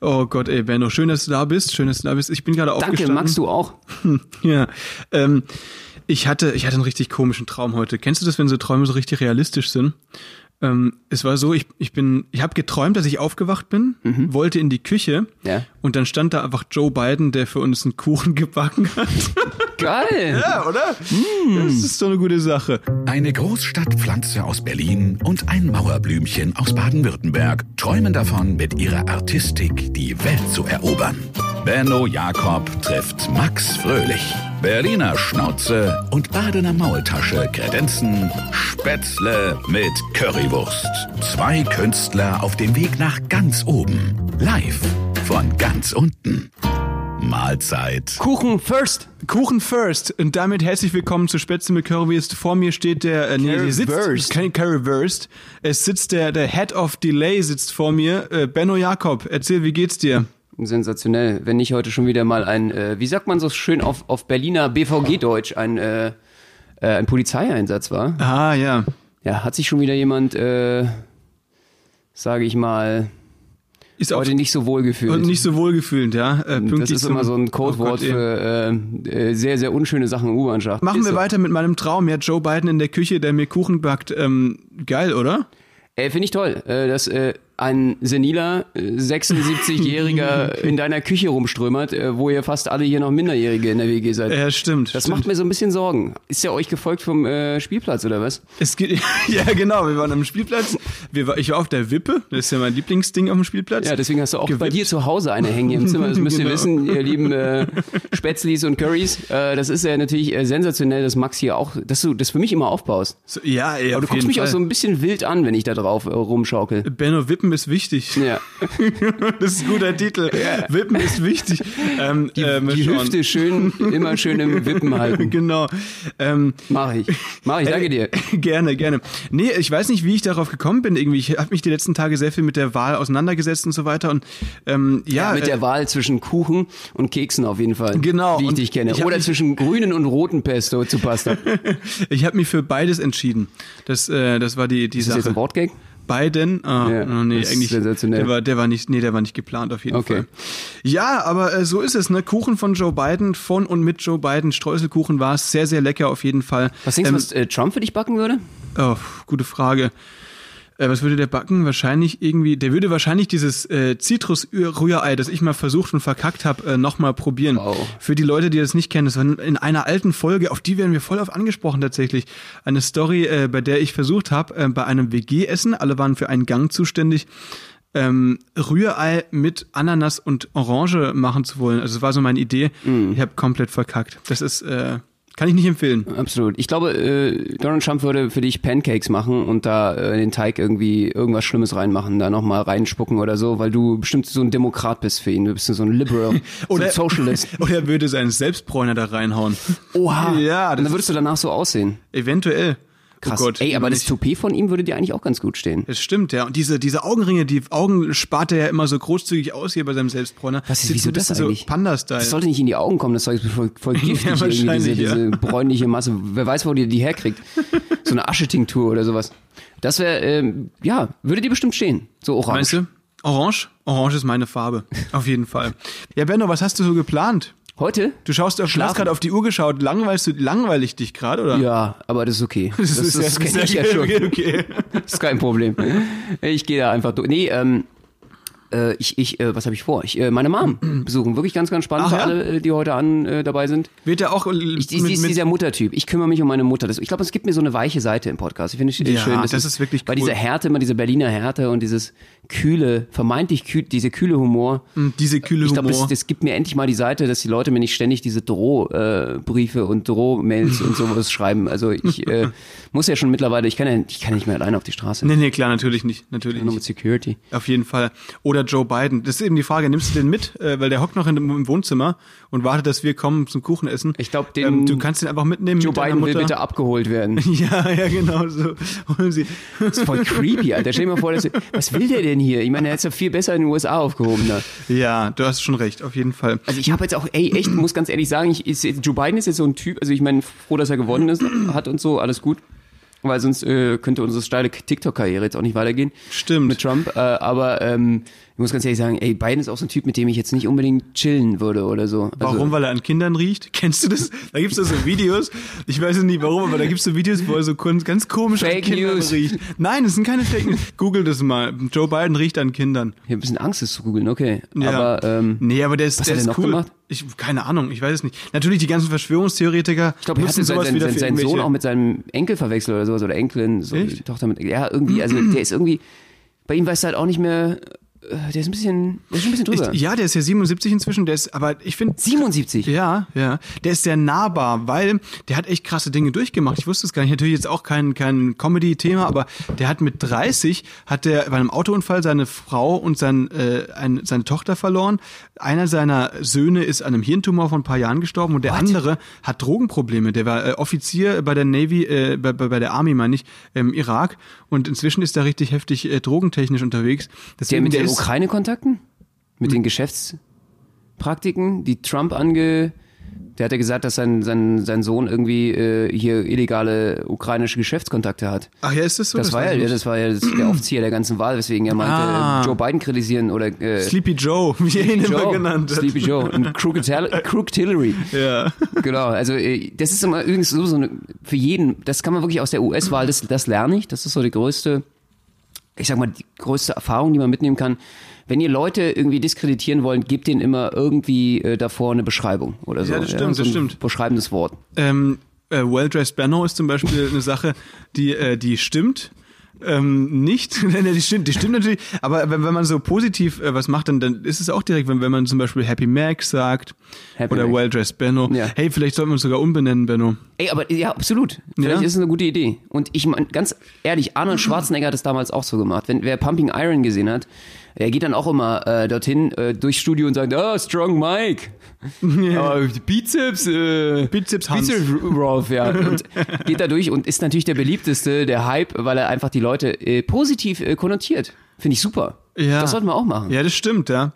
Oh Gott, ey, Benno, schön, dass du da bist. Schön, dass du da bist. Ich bin gerade Danke, aufgestanden. magst du auch? Ja. Ähm, ich hatte, ich hatte einen richtig komischen Traum heute. Kennst du das, wenn so Träume so richtig realistisch sind? Ähm, es war so, ich, ich bin, ich habe geträumt, dass ich aufgewacht bin, wollte in die Küche Mhm. Ja. und dann stand da einfach Joe Biden, der für uns einen Kuchen gebacken hat. Geil! Ja, oder? Hm. Das ist so eine gute Sache. Eine Großstadtpflanze aus Berlin und ein Mauerblümchen aus Baden-Württemberg träumen davon, mit ihrer Artistik die Welt zu erobern. Benno Jakob trifft Max Fröhlich. Berliner Schnauze und Badener Maultasche kredenzen Spätzle mit Currywurst. Zwei Künstler auf dem Weg nach ganz oben. Live von ganz unten. Mahlzeit. Kuchen first! Kuchen first und damit herzlich willkommen zu Spätzle mit Currywurst. Vor mir steht der, äh, nee, hier sitzt Currywurst. kein Currywurst. Es sitzt der, der Head of Delay sitzt vor mir. Äh, Benno Jakob, erzähl, wie geht's dir? Sensationell, wenn nicht heute schon wieder mal ein, äh, wie sagt man so schön auf, auf Berliner BVG-Deutsch, ein, äh, äh, ein Polizeieinsatz war. Ah, ja. Ja, hat sich schon wieder jemand, äh, sage ich mal, Ist auch heute nicht so wohl gefühlt. und nicht so wohlgefühlend, ja. Äh, das pünktlich ist immer zum- so ein Oh Codewort Gott, ey. für äh, äh, sehr, sehr unschöne Sachen in U-Bahn-Schacht. Machen Ist wir so. weiter mit meinem Traum. Ja, Joe Biden in der Küche, der mir Kuchen backt. Ähm, geil, oder? Ey, finde ich toll, äh, dass äh, ein seniler äh, 76-Jähriger in deiner Küche rumströmert, äh, wo ihr fast alle hier noch Minderjährige in der WG seid. Ja, stimmt. das stimmt. macht mir so ein bisschen Sorgen. Ist der euch gefolgt vom äh, Spielplatz oder was? Es geht, ja, genau. Wir waren am Spielplatz. Wir war, ich war auf der Wippe. Das ist ja mein Lieblingsding auf dem Spielplatz. Ja, deswegen hast du auch bei Gewippt. dir zu Hause eine hängen hier im Zimmer. Das müsst ihr Genau. wissen, ihr lieben äh, Spätzlis und Currys. Äh, das ist ja natürlich äh, sensationell, dass Max hier auch, dass du das für mich immer aufbaust. So, ja, ey, Aber auf du jeden guckst mich Fall. auch so ein bisschen wild an, wenn ich da drauf äh, rumschaukel. Benno, Wippen ist wichtig. Ja. Das ist ein guter Titel. Wippen ist wichtig. Ähm, Die, ähm, die Sean. Hüfte schön, immer schön im Wippen halten. Genau. Ähm, Mach ich. Mach ich, danke dir. gerne, gerne. Nee, ich weiß nicht, wie ich darauf gekommen bin. Irgendwie, ich habe mich die letzten Tage sehr viel mit der Wahl auseinandergesetzt und so weiter. Und ähm, ja, Ja, mit äh, der Wahl zwischen Kuchen und Keksen auf jeden Fall. Genau, Wie ich und dich kenne. ich hab Oder mich- zwischen grünen und roten Pesto zu Pasta. ich habe mich für beides entschieden. Das, äh, das war die, die Ist das Sache. jetzt ein Wortgag? Biden, ah, Ja, oh nee, das ist eigentlich, sensationell. der war, der war nicht, nee, der war nicht geplant auf jeden Okay. Fall. Ja, aber äh, so ist es, ne? Kuchen von Joe Biden, von und mit Joe Biden, Streuselkuchen war es, sehr, sehr lecker auf jeden Fall. Ähm, Was denkst du, was äh, Trump für dich backen würde? Oh, gute Frage. Äh, was würde der backen? Wahrscheinlich irgendwie, der würde wahrscheinlich dieses äh, Zitrus-Rührei, das ich mal versucht und verkackt habe, äh, nochmal probieren. Wow. Für die Leute, die das nicht kennen, das war in einer alten Folge, auf die werden wir voll auf angesprochen tatsächlich. Eine Story, äh, bei der ich versucht habe, äh, bei einem WG-Essen, alle waren für einen Gang zuständig, ähm, Rührei mit Ananas und Orange machen zu wollen. Also das war so meine Idee. Ich habe komplett verkackt. Das ist, äh, kann ich nicht empfehlen. Absolut. Ich glaube, äh, Donald Trump würde für dich Pancakes machen und da äh, in den Teig irgendwie irgendwas Schlimmes reinmachen, da nochmal reinspucken oder so, weil du bestimmt so ein Demokrat bist für ihn. Du bist so ein Liberal, Oder- so ein Socialist. Oder würde seinen Selbstbräuner da reinhauen? Oha. Ja, Und das dann würdest du danach so aussehen. Eventuell. Krass. Oh Gott. Ey, aber lieber das nicht. Toupet von ihm würde dir eigentlich auch ganz gut stehen. Das stimmt, ja. Und diese, diese Augenringe, die Augen spart er ja immer so großzügig aus hier bei seinem Selbstbräuner. Was ist, Sieht wieso ein bisschen das eigentlich? So Panda-Style. Das sollte nicht in die Augen kommen, das Zeug ist voll, voll giftig, Ja, irgendwie, diese, wahrscheinlich, ja. diese bräunliche Masse. Wer weiß, wo die die herkriegt. So eine Aschetinktur oder sowas. Das wäre, ähm, ja, würde dir bestimmt stehen. So orange. Meinst du? Orange? Orange ist meine Farbe. Auf jeden Fall. Ja, Benno, was hast du so geplant? Heute? Du schaust auf, du hast Schlafen. gerade auf die Uhr geschaut. Langweilst du, langweilig dich gerade, oder? Ja, aber das ist okay. Das, das, ja- kenn ich ja okay, schon. Okay, okay. Das ist kein Problem. Ich gehe da einfach durch. Nee, ähm, äh, ich, ich, äh, was habe ich vor? Ich, äh, meine Mom besuchen. Wirklich ganz, ganz spannend Ach für ja? alle, äh, die heute an äh, dabei sind. Wird ja auch Ich, die, sie ist dieser Muttertyp. Ich kümmere mich um meine Mutter. Das, ich glaube, es gibt mir so eine weiche Seite im Podcast. Ich finde es Ja, schön. das ist wirklich Bei cool. dieser Härte, immer diese Berliner Härte und dieses kühle, vermeintlich kühl, diese kühle Humor. diese kühle Ich glaube, Humor. das, das gibt mir endlich mal die Seite, dass die Leute mir nicht ständig diese Drohbriefe äh, Briefe und Drohmails und sowas schreiben. Also ich äh, muss ja schon mittlerweile, ich kann ja ich kann nicht mehr alleine auf die Straße. nee, nee, klar, natürlich nicht. Natürlich Nur nicht. mit Security. Auf jeden Fall. Oder Joe Biden. Das ist eben die Frage, nimmst du den mit? Äh, weil der hockt noch in, im Wohnzimmer und wartet, dass wir kommen zum Kuchen essen. Ähm, Ich glaub, den- du kannst den einfach mitnehmen. Joe mit deiner Biden will Mutter. bitte abgeholt werden. Ja, ja, genau so. Holen Sie. Das ist voll creepy, Alter. Stell dir mal vor, dass, was will der denn hier? Ich meine, er hätte es ja viel besser in den USA aufgehoben. Da. Ja, du hast schon recht, auf jeden Fall. Also ich habe jetzt auch, ey, echt, muss ganz ehrlich sagen, ich, ist, Joe Biden ist jetzt so ein Typ, also ich meine, froh, dass er gewonnen ist, hat und so, alles gut. Weil sonst äh, könnte unsere steile TikTok-Karriere jetzt auch nicht weitergehen. Stimmt. Mit Trump. Äh, aber ähm, ich muss ganz ehrlich sagen, ey, Biden ist auch so ein Typ, mit dem ich jetzt nicht unbedingt chillen würde oder so. Also, Warum? Weil er an Kindern riecht? Kennst du das? Da gibt's da so Videos. Ich weiß es nicht warum, aber da gibt's so Videos, wo er so kun- ganz komisch Fake an Kindern News. riecht. Nein, das sind keine Fake News. Google das mal. Joe Biden riecht an Kindern. Ich habe ein bisschen Angst, es zu googeln, okay. Ja. Aber ähm, nee, aber der ist, was der hat er ist noch cool. gemacht? Ich, keine Ahnung, ich weiß es nicht. Natürlich, die ganzen Verschwörungstheoretiker ich glaube, er hat nutzen seinen, sowas seinen, wieder seinen, für seinen Sohn irgendwelche- auch mit seinem Enkel verwechselt oder sowas oder Enkelin, so Echt? Tochter mit Ja, irgendwie, also der ist irgendwie, bei ihm weiß du halt auch nicht mehr, äh, der ist ein bisschen, der ist schon ein bisschen drüber. ich, ja, der ist ja 77 inzwischen, der ist, aber ich finde, 77. Ja, ja. Der ist sehr nahbar, weil der hat echt krasse Dinge durchgemacht. Ich wusste es gar nicht. Natürlich jetzt auch kein, kein Comedy-Thema, aber der hat mit 30, hat der bei einem Autounfall seine Frau und sein, äh, ein, seine Tochter verloren. Einer seiner Söhne ist an einem Hirntumor vor ein paar Jahren gestorben und der andere hat Drogenprobleme. Der war äh, Offizier bei der Navy, äh, bei, bei bei der Army, meine ich, im Irak. Und inzwischen ist er richtig heftig äh, drogentechnisch unterwegs. Der Deswegen, mit den ist- Hm. Ukraine-Kontakten? Mit den Geschäftspraktiken, die Trump ange... Der hat ja gesagt, dass sein, sein, sein Sohn irgendwie äh, hier illegale ukrainische Geschäftskontakte hat. Ach ja, ist das so? Das, war weiß ich ja, nicht. das war ja das, der Aufzieher der ganzen Wahl, weswegen er meinte, Ah. Joe Biden kritisieren oder äh, Sleepy Joe, wie er ihn immer Joe, genannt hat. Sleepy Joe und Crooked Hall- Crooked Hillary. Ja. Genau, also äh, das ist immer übrigens so, so eine, für jeden, das kann man wirklich aus der US-Wahl, das, das lerne ich, das ist so die größte, ich sag mal, die größte Erfahrung, die man mitnehmen kann. Wenn ihr Leute irgendwie diskreditieren wollt, gebt denen immer irgendwie äh, davor eine Beschreibung oder so. das stimmt, so das ein stimmt. Beschreibendes Wort. Ähm, äh, Well-Dressed Benno ist zum Beispiel eine Sache, die, äh, die stimmt. Ähm, nicht, Nee, nee, die stimmt, die stimmt natürlich, aber wenn, wenn man so positiv äh, was macht, dann, dann ist es auch direkt, wenn, wenn man zum Beispiel Happy Mac sagt Happy oder Mac. Well-Dressed Benno. Ja. Hey, vielleicht sollten wir uns sogar umbenennen, Benno. Ey, aber ja, absolut. Vielleicht Ja. ist es eine gute Idee. Und ich meine, ganz ehrlich, Arnold Schwarzenegger hat es damals auch so gemacht. Wenn wer Pumping Iron gesehen hat, er geht dann auch immer äh, dorthin äh, durchs Studio und sagt, ah, Strong Mike. Ah, die Bizeps, äh, Bizeps Hans. Bizeps Rolf, ja. Und geht da durch und ist natürlich der beliebteste, der Hype, weil er einfach die Leute äh, positiv äh, konnotiert. Finde ich super. Ja. Das sollten wir auch machen. Ja, das stimmt, ja.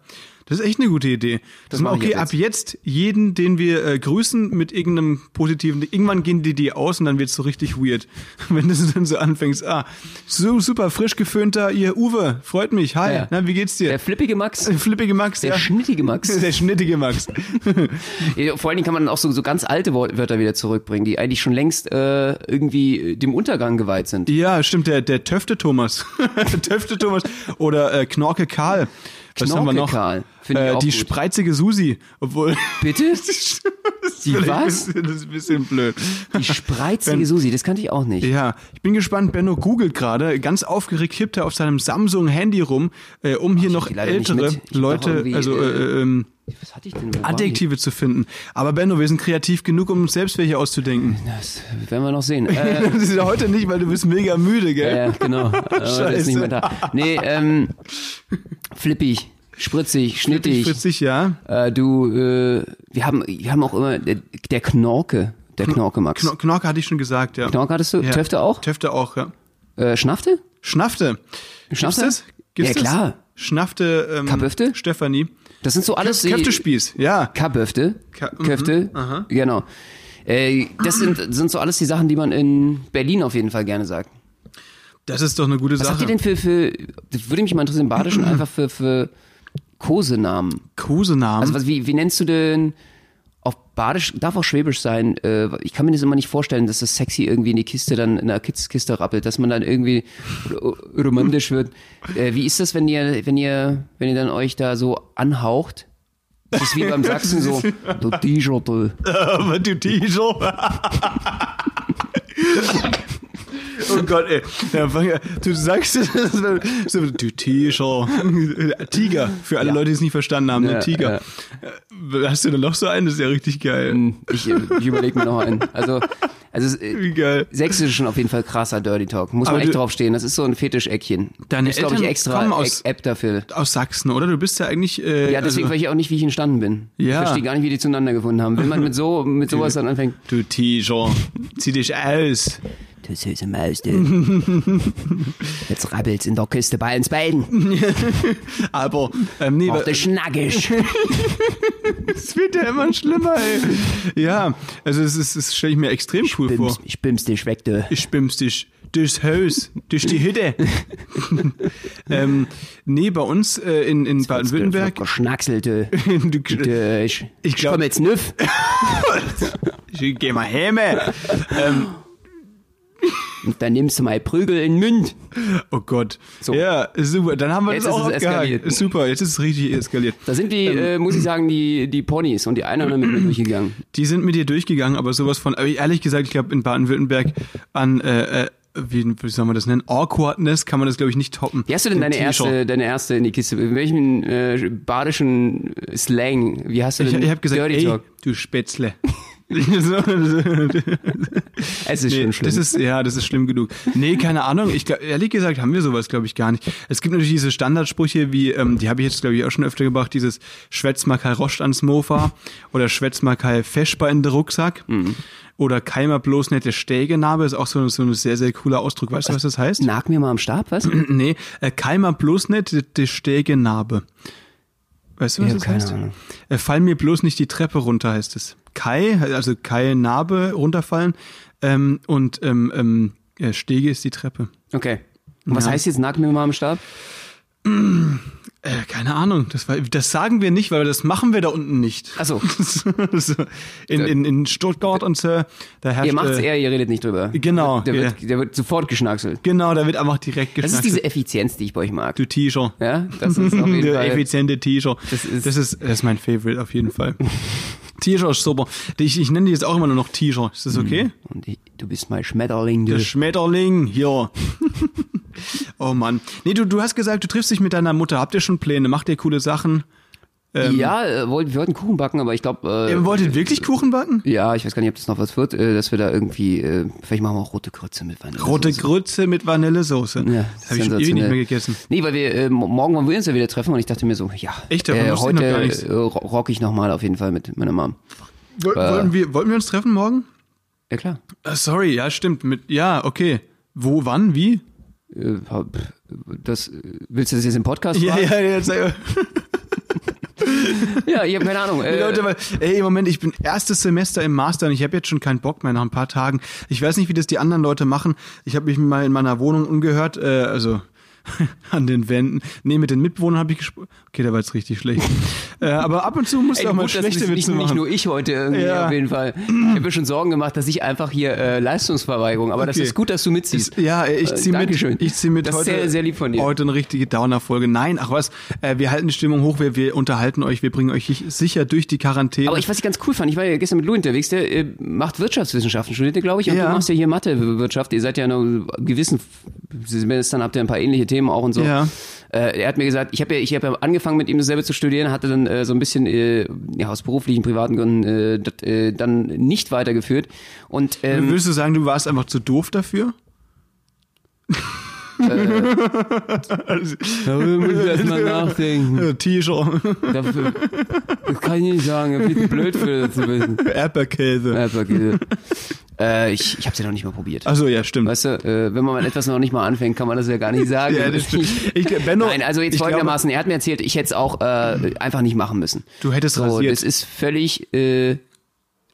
Das ist echt eine gute Idee. Das mach ich okay, ab ab jetzt jeden, den wir äh, grüßen, mit irgendeinem positiven. Irgendwann gehen die die aus und dann wird's so richtig weird. Wenn du dann so anfängst, ah, so super frisch geföhnter, ihr Uwe, freut mich. Hi, Ja. na, wie geht's dir? Der flippige Max, Der flippige Max, der ja. schnittige Max. Der schnittige Max. Ja, Vor allen Dingen kann man dann auch so, so ganz alte Wort- Wörter wieder zurückbringen, die eigentlich schon längst äh, irgendwie dem Untergang geweiht sind. ja, stimmt, der, der Töfte Thomas. Töfte Thomas. Oder äh, Knorke Karl. Was haben wir noch? Knorke-Karl, find ich Äh, auch die gut. spreizige Susi, obwohl. Bitte? Die Vielleicht was? Ein bisschen, das ist ein bisschen blöd. Die spreizige Susi, das kannte ich auch nicht. Ja, ich bin gespannt. Benno googelt gerade, ganz aufgeregt hippt er auf seinem Samsung-Handy rum, äh, um hier noch die leider nicht mit. ältere Ich hab doch Leute, irgendwie, also äh, ähm, Was hatte ich denn? Wo waren Adjektive zu finden. Aber Benno, wir sind kreativ genug, um uns selbst welche auszudenken. die? Das werden wir noch sehen. Äh, das ist ja heute nicht, weil du bist mega müde, gell? ja, genau. Aber das ist nicht mehr da. Nee, ähm, flippig, spritzig, Fritzig, schnittig. Fritzig, ja. Äh, du, äh, wir haben, wir haben auch immer der, der Knorke, der Knorke Max. Kno- Knorke hatte ich schon gesagt, ja. Knorke hattest du? ja. Töfte auch? Töfte auch, ja. Äh, Schnafte? Schnafte. Schnafte? Gibt's das? Gibt's Ja, klar. Das? Schnafte. Ähm, Kapöfte? Stefanie. Das sind so alles die- Köftespieß, ja. Kaböfte, Ka- mhm, Köfte, genau. Äh, das sind, sind so alles die Sachen, die man in Berlin auf jeden Fall gerne sagt. Das ist doch eine gute Was Sache. habt ihr denn für, für das würde mich mal interessieren, im Badischen einfach für, für Kosenamen? Kosenamen. Also was, wie, wie nennst du denn auf Badisch, darf auch Schwäbisch sein, äh, ich kann mir das immer nicht vorstellen, dass das sexy irgendwie in die Kiste dann, in der Kids Kiste rappelt, dass man dann irgendwie ro- romantisch wird. Äh, wie ist das, wenn ihr, wenn ihr, wenn ihr dann euch da so anhaucht? Das ist wie beim Sachsen so, du T-Shirt, Aber du Diesel. Oh Gott, ey. Ja, fang, du sagst es, so, du Tiger. Tiger, für alle Ja. Leute, die es nicht verstanden haben, Ja, Hm, ne Tiger. Äh, Hast du denn noch so einen? Das ist ja richtig geil. Ich, äh, ich überlege mir noch einen. Also, also äh, Wie geil. Sächsisch ist schon auf jeden Fall krasser Dirty Talk. Muss Aber man echt du- draufstehen. Das ist so ein Fetischeckchen. Deine ist, glaube ich, Eltern extra kommen aus- App- App dafür. Aus Sachsen, oder? Du bist ja eigentlich. Äh, Ja, deswegen weiß ich auch nicht, wie ich entstanden bin. Ich Ja. verstehe gar nicht, wie die zueinander gefunden haben. Wenn man mit so mit sowas dann anfängt. also, du Tiger, zieh dich aus. Du süße Maus, du. Jetzt rabbelt's in der Küste bei uns beiden. Aber, ähm, nee, Mach wa- dich schnackisch. es wird ja immer schlimmer, ey. Ja, also, es ist- das stelle ich mir extrem cool vor. Bims, ich bims dich weg, du. Ich bims dich. durchs Haus, durch die Hütte. ähm, nee, bei uns äh, in, in Baden-Württemberg Schnackselte. Ich, ich glaub- komme jetzt nüff. Ich geh mal heim. Ähm, Und dann nimmst du mal Prügel in den Mund. oh Gott. So. Ja, super. Dann haben wir Jetzt das ist auch es abgehakt. eskaliert. Super, jetzt ist es richtig eskaliert. Da sind Ähm. die, äh, muss ich sagen, die, die Ponys und die Einhörner mit mir durchgegangen. Die sind mit dir durchgegangen, aber sowas von, aber ehrlich gesagt, ich glaube in Baden-Württemberg an, äh, äh, wie, wie soll man das nennen? Awkwardness kann man das, glaube ich, nicht toppen. Wie hast du denn Im deine T-Shirt. erste, deine erste in die Kiste? In welchem äh, badischen Slang? Wie hast du Ich, denn ich habe gesagt, Dirty ey, Talk? du Spätzle. So, Es ist Nee, schon schlimm. Das ist, ja, das ist schlimm genug. Nee, keine Ahnung. Ich glaub, ehrlich gesagt haben wir sowas, glaube ich, gar nicht. Es gibt natürlich diese Standardsprüche, wie, ähm, die habe ich jetzt, glaube ich, auch schon öfter gebracht, dieses Schwätz mal kein Rost ans Mofa oder Schwätz mal kein Feschbar in den Rucksack Mhm. oder Keimer bloß nette Stegenarbe ist auch so, so ein sehr, sehr cooler Ausdruck. Weißt du, was das heißt? Nag mir mal am Stab, was? nee, äh, Keimer bloß nicht die- die Stegenarbe. Weißt du, was Ich hab das keine heißt? Ahnung. Äh, fall mir bloß nicht die Treppe runter, heißt es. Kai, also Kai Narbe runterfallen ähm, und ähm, ähm, äh, Stege ist die Treppe. Okay. Und was Ja. heißt jetzt Nag mir mal am Stab? Äh, keine Ahnung, das, war, das sagen wir nicht, weil das machen wir da unten nicht. Ach so. so, in, in, in Stuttgart und so, da herrscht... Ihr macht's äh, eher, ihr redet nicht drüber. Genau, Der wird, ja. der wird sofort geschnackselt. Genau, da wird einfach direkt Das ist geschnackt. diese Effizienz, die ich bei euch mag. Du T-Shirt. Ja, das ist auf jeden Der Fall. effiziente T-Shirt. Das ist- das, ist, das ist mein Favorite auf jeden Fall. T-Shirt ist super. Ich, ich nenne die jetzt auch immer nur noch T-Shirt. Ist das Hm, okay? Und ich, du bist mein Schmetterling. Du. Der Schmetterling, hier. oh Mann. Nee, du, du hast gesagt, du triffst dich mit deiner Mutter. Habt ihr schon Pläne? Macht ihr coole Sachen? ähm, ja, äh, wollt, wir wollten Kuchen backen, aber ich glaube, äh, Ihr wolltet wirklich Kuchen backen? ja, ich weiß gar nicht, ob das noch was wird, äh, dass wir da irgendwie, äh, vielleicht machen wir auch rote Krütze mit Vanille. Rote Grütze mit Vanillesoße. Ja, das habe ich schon ewig nicht mehr gegessen. Nee, weil wir äh, mo- morgen wollen wir uns ja wieder treffen und ich dachte mir so, ja, Echt, davon äh, wusste ich noch heute gar nichts. äh, ro- rock ich nochmal auf jeden Fall mit meiner Mom. Woll, Äh. wollten, wir, wollten wir uns treffen morgen? Ja klar. Ah, sorry, ja, stimmt. Mit, ja, okay. Wo, wann, wie? Äh, hab- das, äh, willst du das jetzt im Podcast Ja, fragen? ja, ja. Jetzt, ja, ich habe keine Ahnung. Äh, Ey, Leute, weil, ey, Moment, ich bin erstes Semester im Master und ich habe jetzt schon keinen Bock mehr nach ein paar Tagen. Ich weiß nicht, wie das die anderen Leute machen. Ich habe mich mal in meiner Wohnung umgehört, äh, also an den Wänden. Nee, mit den Mitbewohnern habe ich gesprochen. Okay, der war jetzt richtig schlecht. äh, aber ab und zu musst Ey, du auch mal gut, dass schlechte nicht, nicht, Witze nicht machen. nur ich heute irgendwie Ja. auf jeden Fall. Ich habe mir schon Sorgen gemacht, dass ich einfach hier äh, Leistungsverweigerung, aber das Okay. ist gut, dass du mitziehst. ja, ey, ich Äh, ziehe mit. Dankeschön. Ich zieh mit Das ist heute, sehr, sehr lieb von dir. heute eine richtige Downer-Folge. Nein, ach was, äh, wir halten die Stimmung hoch, wir, wir unterhalten euch, wir bringen euch hi- sicher durch die Quarantäne. Aber ich, was ich ganz cool fand, ich war ja gestern mit Lou unterwegs, der äh, macht Wirtschaftswissenschaften, studiert der, glaube ich, und Ja. du machst ja hier Mathewirtschaft, ihr seid ja in einem gewissen Semestern, habt ihr ein paar ähnliche Themen auch und so. Ja. Äh, er hat mir gesagt, ich habe ja, ich hab ja angefangen mit ihm dasselbe zu studieren, hatte dann äh, so ein bisschen äh, ja, aus beruflichen, privaten Gründen äh, dat, äh, dann nicht weitergeführt. Und ähm, Würdest du sagen, du warst einfach zu doof dafür? darüber muss ich erstmal nachdenken. Äh, T-Shirt, Dafür, das kann ich nicht sagen, ein bisschen blöd für das zu wissen. Erdbeerkäse. Ja, vergiss es. äh, ich ich habe es ja noch nicht mal probiert. Achso, ja, stimmt. Weißt du, äh, wenn man mit etwas noch nicht mal anfängt, kann man das ja gar nicht sagen. Ja, das stimmt. Ich, Benno, Nein, also jetzt ich folgendermaßen, er hat mir erzählt, ich hätte es auch äh, einfach nicht machen müssen. Du hättest so, rasiert. Das ist völlig, äh,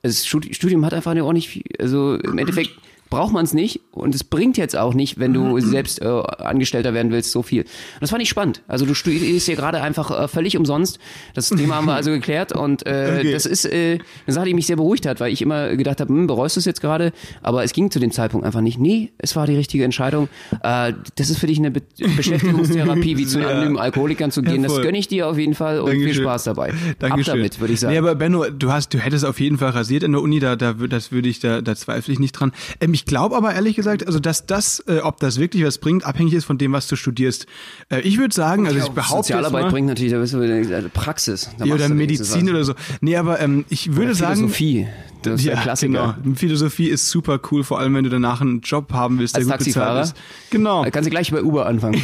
das Studi- Studium hat einfach auch nicht viel, also im Endeffekt braucht man es nicht und es bringt jetzt auch nicht, wenn du selbst äh, Angestellter werden willst, so viel. Und das fand ich spannend. Also du studierst hier gerade einfach äh, völlig umsonst. Das Thema haben wir also geklärt und äh, Okay. das ist äh, eine Sache, die mich sehr beruhigt hat, weil ich immer gedacht habe, hm, bereust du es jetzt gerade? Aber es ging zu dem Zeitpunkt einfach nicht. Nee, es war die richtige Entscheidung. Äh, das ist für dich eine Be Beschäftigungstherapie, wie zu Ja. anonymen Alkoholikern zu gehen. Ja, voll. das gönne ich dir auf jeden Fall und viel Dankeschön. Spaß dabei. Dankeschön. Ab damit, würde ich sagen. Nee, aber Benno, du hast, du hättest auf jeden Fall rasiert in der Uni, da, da, wür- das würde ich, da, da zweifle ich nicht dran. Ähm, ich glaube aber ehrlich gesagt, also dass das, äh, ob das wirklich was bringt, abhängig ist von dem, was du studierst. Äh, ich würde sagen, also ich behaupte jetzt Sozialarbeit mal, bringt natürlich, da bist du wieder äh, Praxis. Da Ja, machst oder du wenigstens Medizin was. oder so. Nee, aber ähm, ich würde sagen, Philosophie. Das ist der Klassiker. Genau. Philosophie ist super cool, vor allem wenn du danach einen Job haben willst, der Als gut Taxifahrer? bezahlt ist. Genau. Da kannst du gleich bei Uber anfangen.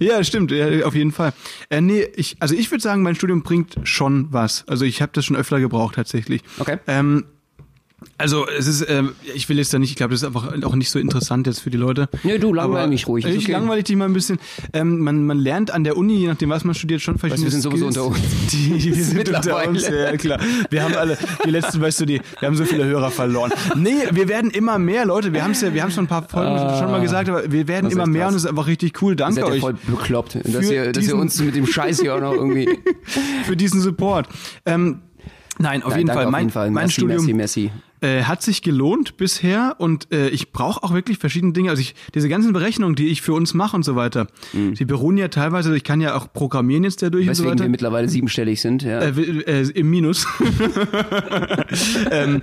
Ja, stimmt, ja, auf jeden Fall. Äh, nee, ich, also ich würde sagen, mein Studium bringt schon was. Also ich habe das schon öfter gebraucht tatsächlich. Okay. Ähm, Also es ist, ähm, ich will jetzt da nicht, ich glaube, das ist einfach auch nicht so interessant jetzt für die Leute. Nö, du, langweil Aber mich ruhig, ist Ich okay. langweile dich mal ein bisschen. Ähm, man, man lernt an der Uni, je nachdem, was man studiert, schon verschiedene wir sind sowieso Skills. unter uns. Die, wir sind unter Mittlerweile. uns, ja klar. Wir haben alle, die letzten, weißt du, die, wir haben so viele Hörer verloren. Nee, wir werden immer mehr, Leute. Wir haben es ja, wir haben schon ein paar Folgen schon mal gesagt, aber wir werden Ah. Das ist immer echt mehr krass. und es ist einfach richtig cool. Ihr Danke seid ja euch voll bekloppt, dass Für ihr, dass ihr diesen- uns mit dem Scheiß hier auch noch irgendwie. für diesen Support. Ähm, nein, auf, Nein, jeden, danke Fall. auf Mein, jeden Fall. mein Merci, Studium merci, merci. Äh, hat sich gelohnt bisher und äh, ich brauche auch wirklich verschiedene Dinge. Also ich, diese ganzen Berechnungen, die ich für uns mache und so weiter, die beruhen ja teilweise, also ich kann ja auch programmieren jetzt dadurch und so Mhm. Weswegen weiter. wir mittlerweile siebenstellig sind, ja. Äh, w- äh, Im Minus. ähm,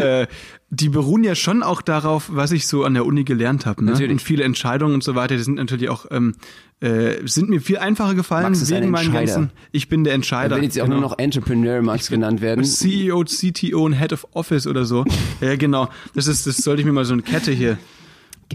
äh, die beruhen ja schon auch darauf, was ich so an der Uni gelernt habe. Ne? Natürlich. Und viele Entscheidungen und so weiter, die sind natürlich auch, ähm, äh, sind mir viel einfacher gefallen Max ist ein wegen meinen Entscheider. ganzen. Ich bin der Da Entscheider. will jetzt ja auch nur noch Entrepreneur Max genannt werden. CEO, CTO und Head of Office oder so. ja, genau. Das ist, das sollte ich mir mal so eine Kette hier.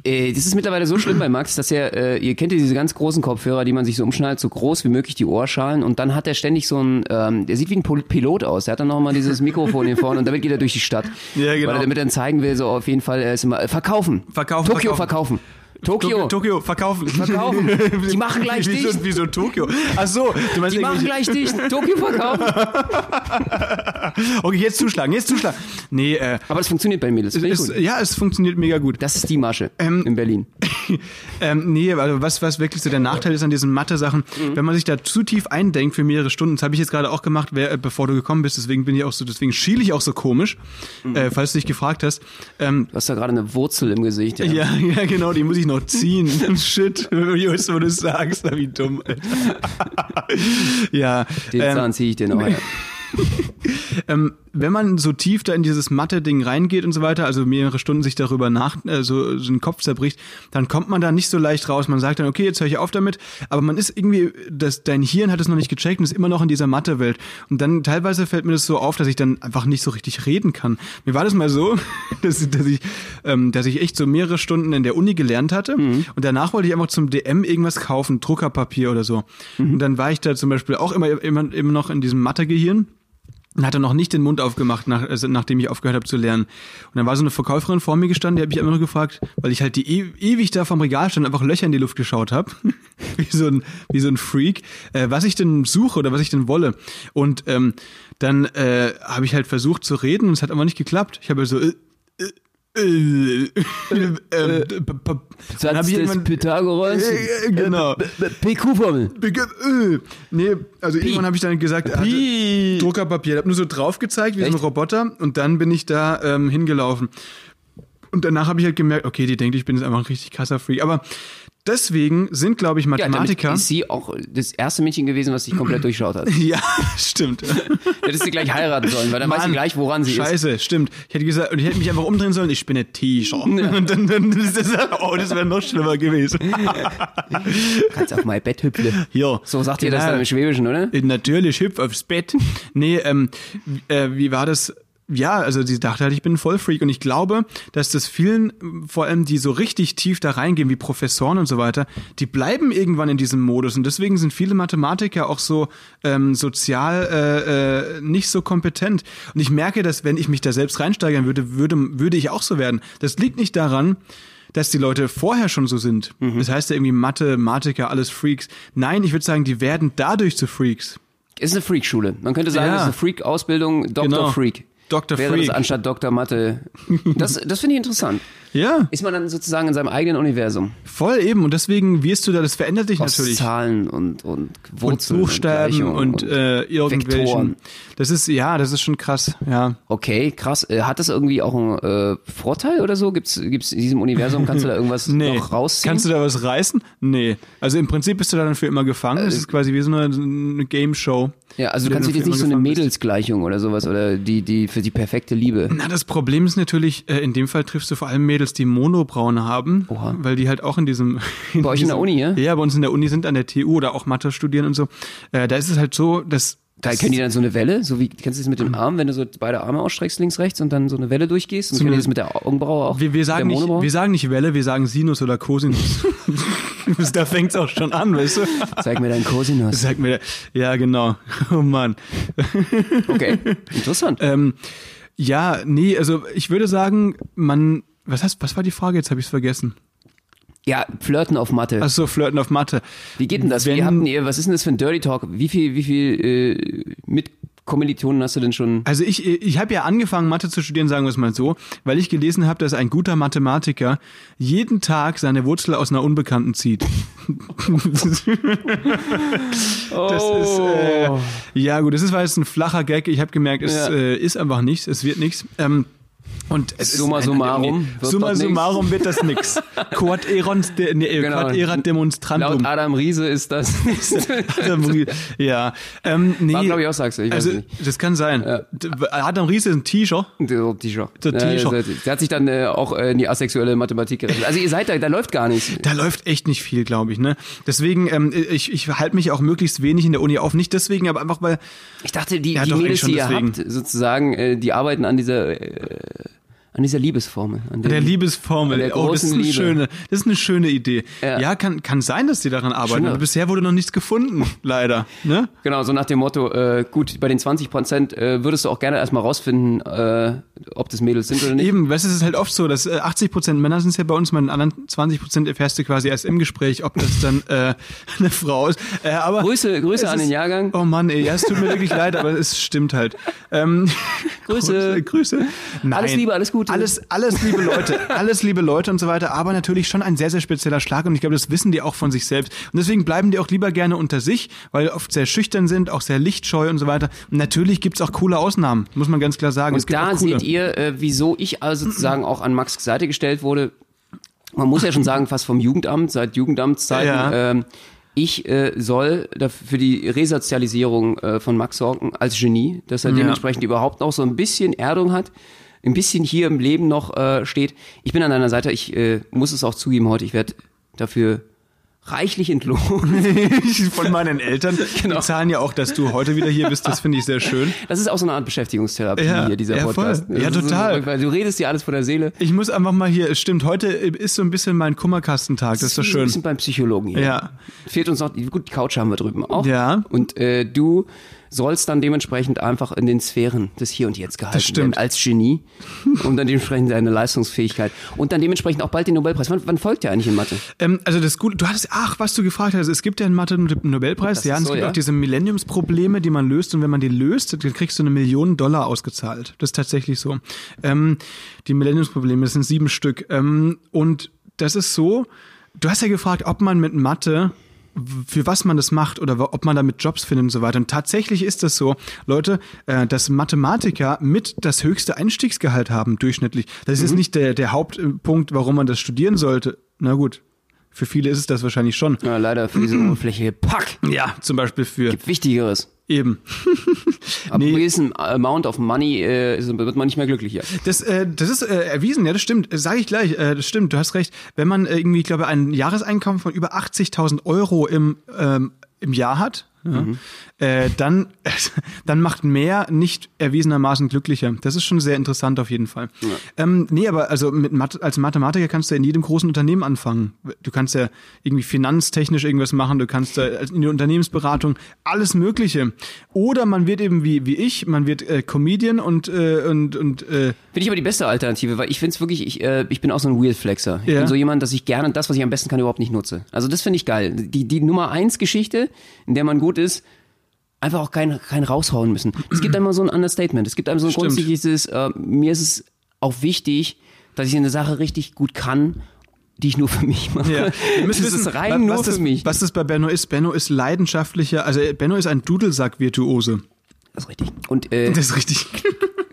Äh, das ist mittlerweile so schlimm bei Max, dass er, äh, ihr kennt ja diese ganz großen Kopfhörer, die man sich so umschnallt, so groß wie möglich die Ohrschalen und dann hat er ständig so ein, ähm, der sieht wie ein Pol- Pilot aus, er hat dann nochmal dieses Mikrofon hier vorne und damit geht er durch die Stadt. Ja, genau. Weil er damit dann zeigen will, so auf jeden Fall, er ist immer, äh, verkaufen. Verkaufen, Tokio verkaufen. verkaufen. Tokio. Tokio, verkaufen. Verkaufen. Die machen gleich wie So, dicht. wie so Tokio. Also, Ach so, du meinst Die machen irgendwie- gleich dicht. Tokio verkaufen. Okay, jetzt zuschlagen, jetzt zuschlagen. Nee, äh, Aber das funktioniert bei mir, das es, finde ich es, gut. ja, es funktioniert mega gut. Das ist die Masche in Berlin. ähm, nee, also was, was wirklich so der Nachteil ist an diesen Mathe-Sachen, Mhm. wenn man sich da zu tief eindenkt für mehrere Stunden, das habe ich jetzt gerade auch gemacht, wer, äh, bevor du gekommen bist, deswegen bin ich auch so, deswegen schiele ich auch so komisch, Mhm. äh, falls du dich gefragt hast. Ähm, Du hast da gerade eine Wurzel im Gesicht. Ja. ja, ja, genau, die muss ich noch ziehen. Shit, Julius, wo du es sagst, wie dumm. Alter. ja, Den ähm, Zahn ziehe ich dir noch. Ja. ähm, wenn man so tief da in dieses Mathe-Ding reingeht und so weiter, also mehrere Stunden sich darüber nach, äh, so, so den Kopf zerbricht, dann kommt man da nicht so leicht raus. Man sagt dann, okay, jetzt höre ich auf damit, aber man ist irgendwie, das, dein Hirn hat es noch nicht gecheckt und ist immer noch in dieser Mathe-Welt. Und dann teilweise fällt mir das so auf, dass ich dann einfach nicht so richtig reden kann. Mir war das mal so, dass, dass, ich, ähm, dass ich echt so mehrere Stunden in der Uni gelernt hatte und danach wollte ich einfach zum DM irgendwas kaufen, Druckerpapier oder so. Und dann war ich da zum Beispiel auch immer, immer, immer noch in diesem Mathe-Gehirn und hatte noch nicht den Mund aufgemacht, nach, also nachdem ich aufgehört habe zu lernen. Und dann war so eine Verkäuferin vor mir gestanden, die hat mich immer noch gefragt, weil ich halt die e ewig da vom Regal stand, einfach Löcher in die Luft geschaut habe, wie, so ein, wie so ein Freak, äh, was ich denn suche oder was ich denn wolle. Und ähm, dann äh, habe ich halt versucht zu reden und es hat einfach nicht geklappt. Ich habe so... Äh, äh, äh, ähm, p- p- dann hab Satz ich des irgendwann- Pythagoras. Äh, äh, genau. PQ-Formel. Äh, nee, also irgendwann habe ich dann gesagt, er hatte Pi. Druckerpapier, habe nur so drauf gezeigt wie so ein Echt? Roboter und dann bin ich da ähm, hingelaufen. Und danach habe ich halt gemerkt, okay, die denkt, ich bin jetzt einfach ein richtig krasser Freak. Aber deswegen sind, glaube ich, Ja, damit Mathematiker. ist sie auch das erste Mädchen gewesen, was sich komplett durchschaut hat. ja, stimmt. Hättest du gleich heiraten sollen, weil dann weiß sie Mann, gleich, woran sie ist. Scheiße, stimmt. Ich hätte gesagt, und ich hätte mich einfach umdrehen sollen, ich spinne T-Shirt. Und dann, dann ist das, oh, das wäre noch schlimmer gewesen. Kannst auf mein Bett hüpfen. Ja. So sagt ihr das Genau. dann im Schwäbischen, oder? Äh, Natürlich, hüpf aufs Bett. Nee, ähm, äh, wie war das? Ja, also sie dachte halt, ich bin ein Vollfreak und ich glaube, dass das vielen, ähm, vor allem die so richtig tief da reingehen, wie Professoren und so weiter, die bleiben irgendwann in diesem Modus und deswegen sind viele Mathematiker auch so ähm, sozial äh, äh, nicht so kompetent. Und ich merke, dass wenn ich mich da selbst reinsteigern würde, würde, würde ich auch so werden. Das liegt nicht daran, dass die Leute vorher schon so sind. Das heißt ja irgendwie Mathematiker, alles Freaks. Nein, ich würde sagen, die werden dadurch zu Freaks. Ist eine Freak-Schule. Man könnte sagen, Ja. das ist eine Freak-Ausbildung, Dr. Genau. Freak. Dr. Wäre Freak. das anstatt Dr. Mathe. Das, das finde ich interessant. Ja, Ist man dann sozusagen in seinem eigenen Universum. voll eben. Und deswegen wirst du da, das verändert dich Aus natürlich. Zahlen und, und Und Wurzeln. Buchstaben Gleichungen und, äh, irgendwelchen. Vektoren. Das ist, ja, das ist schon krass, ja. Okay, krass. Äh, Hat das irgendwie auch einen äh, Vorteil oder so? Gibt's, gibt's in diesem Universum, kannst du da irgendwas Nee. noch rausziehen? Kannst du da was reißen? Nee. Also im Prinzip bist du da dann für immer gefangen. Es ist quasi wie so eine, so eine Game-Show. Äh, ja, also in du der kannst dir jetzt für nicht so eine immer gefangen bist. Mädelsgleichung oder sowas oder die, die für die perfekte Liebe. Na, das Problem ist natürlich, äh, in dem Fall triffst du vor allem Mädels, die Monobraune haben, Oha. weil die halt auch in diesem... In Bei euch in der diesem- Uni, ja? Ja, bei uns in der Uni sind an der TU oder auch Mathe studieren und so. Äh, da ist es halt so, dass... Da dass- können die dann so eine Welle, so wie kennst du das mit dem Arm, wenn du so beide Arme ausstreckst links rechts und dann so eine Welle durchgehst und können die das mit der Augenbraue auch. wir, wir, sagen mit der nicht, Monobraue? wir sagen nicht Welle, wir sagen Sinus oder Cosinus. da fängt's auch schon an, weißt du? Zeig mir deinen Cosinus. Sag mir, ja genau, oh Mann. Okay, interessant. Ähm, Ja, nee, also ich würde sagen, man. Was heißt, was war die Frage? Jetzt habe ich es vergessen. Ja, flirten auf Mathe. Achso, Flirten auf Mathe. Wie geht denn das? Wie also wenn- habt ihr, was ist denn das für ein Dirty Talk? Wie viel, wie viel äh, Mitkommilitonen hast du denn schon? Also ich, ich habe ja angefangen, Mathe zu studieren, sagen wir es mal so, weil ich gelesen habe, dass ein guter Mathematiker jeden Tag seine Wurzel aus einer Unbekannten zieht. Das ist äh, ja gut, das ist war jetzt ein flacher Gag. Ich habe gemerkt, es Oh. Ja. äh, ist einfach nichts, es wird nichts. Ähm, und es Summa ist summarum nee, wird summa das nix. summarum wird das nix. Quod erant de, nee, Genau. Quod erat Laut demonstrandum. Also, Adam Riese ist das. ja, ähm, nee. War, glaub ich, auch Sachse, ich weiß also, nicht. das kann sein. D- Adam Ries ist ein T-Shirt. Der T-Shirt. Der T-Shirt. Ja, der- der hat sich dann äh, auch äh, in die asexuelle Mathematik gerechnet. Also ihr seid da, da läuft gar nichts. Da läuft echt nicht viel, glaube ich. Ne? Deswegen, ähm, ich, ich halte mich auch möglichst wenig in der Uni auf. Nicht deswegen, aber einfach weil, Ich dachte, die, Ja, die doch, eh Mädels, schon die ihr deswegen. habt, sozusagen, äh, die arbeiten an dieser, äh, an dieser Liebesformel. Mhm. An Der dem- Liebesformel. Der oh, das großen ist eine Liebe. schöne, das ist eine schöne Idee. Ja. Ja, kann, kann sein, dass die daran arbeiten, Schöner. aber bisher wurde noch nichts gefunden, leider. Ne? Genau, so nach dem Motto, äh, gut, bei den 20 Prozent äh, würdest du auch gerne erstmal rausfinden, äh, ob das Mädels sind oder nicht. Eben, weißt du, es ist halt oft so, dass äh, 80% Männer sind es ja bei uns, bei den anderen 20% erfährst du quasi erst im Gespräch, ob das dann äh, eine Frau ist. Äh, aber Grüße, Grüße es an ist- den Jahrgang. Oh Mann, ey, ja, es tut mir wirklich leid, aber es stimmt halt. Ähm, Grüße. Grüße. Nein. Alles Liebe, alles Gute. Alles, alles liebe Leute, alles liebe Leute und so weiter, aber natürlich schon ein sehr, sehr spezieller Schlag und ich glaube, das wissen die auch von sich selbst. Und deswegen bleiben die auch lieber gerne unter sich, weil die oft sehr schüchtern sind, auch sehr lichtscheu und so weiter. Und natürlich gibt's auch coole Ausnahmen, muss man ganz klar sagen. es Und gibt da auch coole. seht ihr, äh, wieso ich also sozusagen auch an Max Seite gestellt wurde. Man muss ja schon sagen, fast vom Jugendamt, seit Jugendamtszeiten. Ja. Ähm, ich äh, soll da für die Resozialisierung äh, von Max sorgen als Genie, dass er dementsprechend überhaupt noch so ein bisschen Erdung hat, ein bisschen hier im Leben noch äh, steht. Ich bin an deiner Seite, ich äh, muss es auch zugeben heute, ich werde dafür reichlich entlohnt. von meinen Eltern. Genau. Die zahlen ja auch, dass du heute wieder hier bist. Das finde ich sehr schön. Das ist auch so eine Art Beschäftigungstherapie Ja, hier, dieser ja, voll. Podcast. Ja, Das ist so total. verrückt, weil du redest dir alles von der Seele. Ich muss einfach mal hier, es stimmt, heute ist so ein bisschen mein Kummerkastentag. Das ist doch Wir sind Ein schön. bisschen beim Psychologen hier. Ja. Fehlt uns noch, gut, die Couch haben wir drüben auch. Ja. Und äh, du sollst dann dementsprechend einfach in den Sphären des Hier und Jetzt gehalten Das stimmt. werden, als Genie, um dann dementsprechend deine Leistungsfähigkeit und dann dementsprechend auch bald den Nobelpreis. Wann, wann folgt der eigentlich in Mathe? Ähm, also das Gute, du hattest, ach, was du gefragt hast, es gibt ja in Mathe einen Nobelpreis, Das ja, ist und so, es gibt ja. auch diese Millenniumsprobleme, die man löst und wenn man die löst, dann kriegst du eine Million Dollar ausgezahlt. Das ist tatsächlich so. Ähm, die Millenniumsprobleme, das sind sieben Stück. Ähm, und das ist so, du hast ja gefragt, ob man mit Mathe w- für was man das macht oder wa- ob man damit Jobs findet und so weiter. Und tatsächlich ist das so, Leute, äh, dass Mathematiker mit das höchste Einstiegsgehalt haben, durchschnittlich. Das ist nicht der, der Hauptpunkt, warum man das studieren sollte. Na gut, für viele ist es das wahrscheinlich schon. Ja, leider für diese Oberfläche hier. Pack! Ja, zum Beispiel für Wichtigeres. eben. Ab gewissen Amount of Money äh, ist- wird man nicht mehr glücklich hier. Das, äh, das ist äh, erwiesen, ja, das stimmt. Sage ich gleich, äh, das stimmt, du hast recht. Wenn man äh, irgendwie, ich glaube, ein Jahreseinkommen von über 80.000 Euro im, ähm, im Jahr hat, ja, äh, dann, dann macht mehr nicht erwiesenermaßen glücklicher. Das ist schon sehr interessant auf jeden Fall. Ähm, nee, aber also mit Math als Mathematiker kannst du in jedem großen Unternehmen anfangen. Du kannst ja irgendwie finanztechnisch irgendwas machen, du kannst da als- in der Unternehmensberatung alles Mögliche. Oder man wird eben wie, wie ich, man wird äh, Comedian und, äh, und, und äh, Finde ich aber die beste Alternative, weil ich finde es wirklich, ich, äh, ich bin auch so ein Wheelflexer. Ich Ja. bin so jemand, dass ich gerne das, was ich am besten kann, überhaupt nicht nutze. Also das finde ich geil. Die, die Nummer eins Geschichte, in der man gut ist, einfach auch kein, kein raushauen müssen. Es gibt einmal so ein Understatement. Es gibt einem so ein Stimmt. grundsätzliches, äh, mir ist es auch wichtig, dass ich eine Sache richtig gut kann, die ich nur für mich mache. Ja. Ihr Das müsst wissen, ist rein wa- nur was für das, mich. Was das bei Benno ist, Benno ist leidenschaftlicher, also äh, Benno ist ein Dudelsack-Virtuose. Das ist richtig. Und äh, Das ist richtig.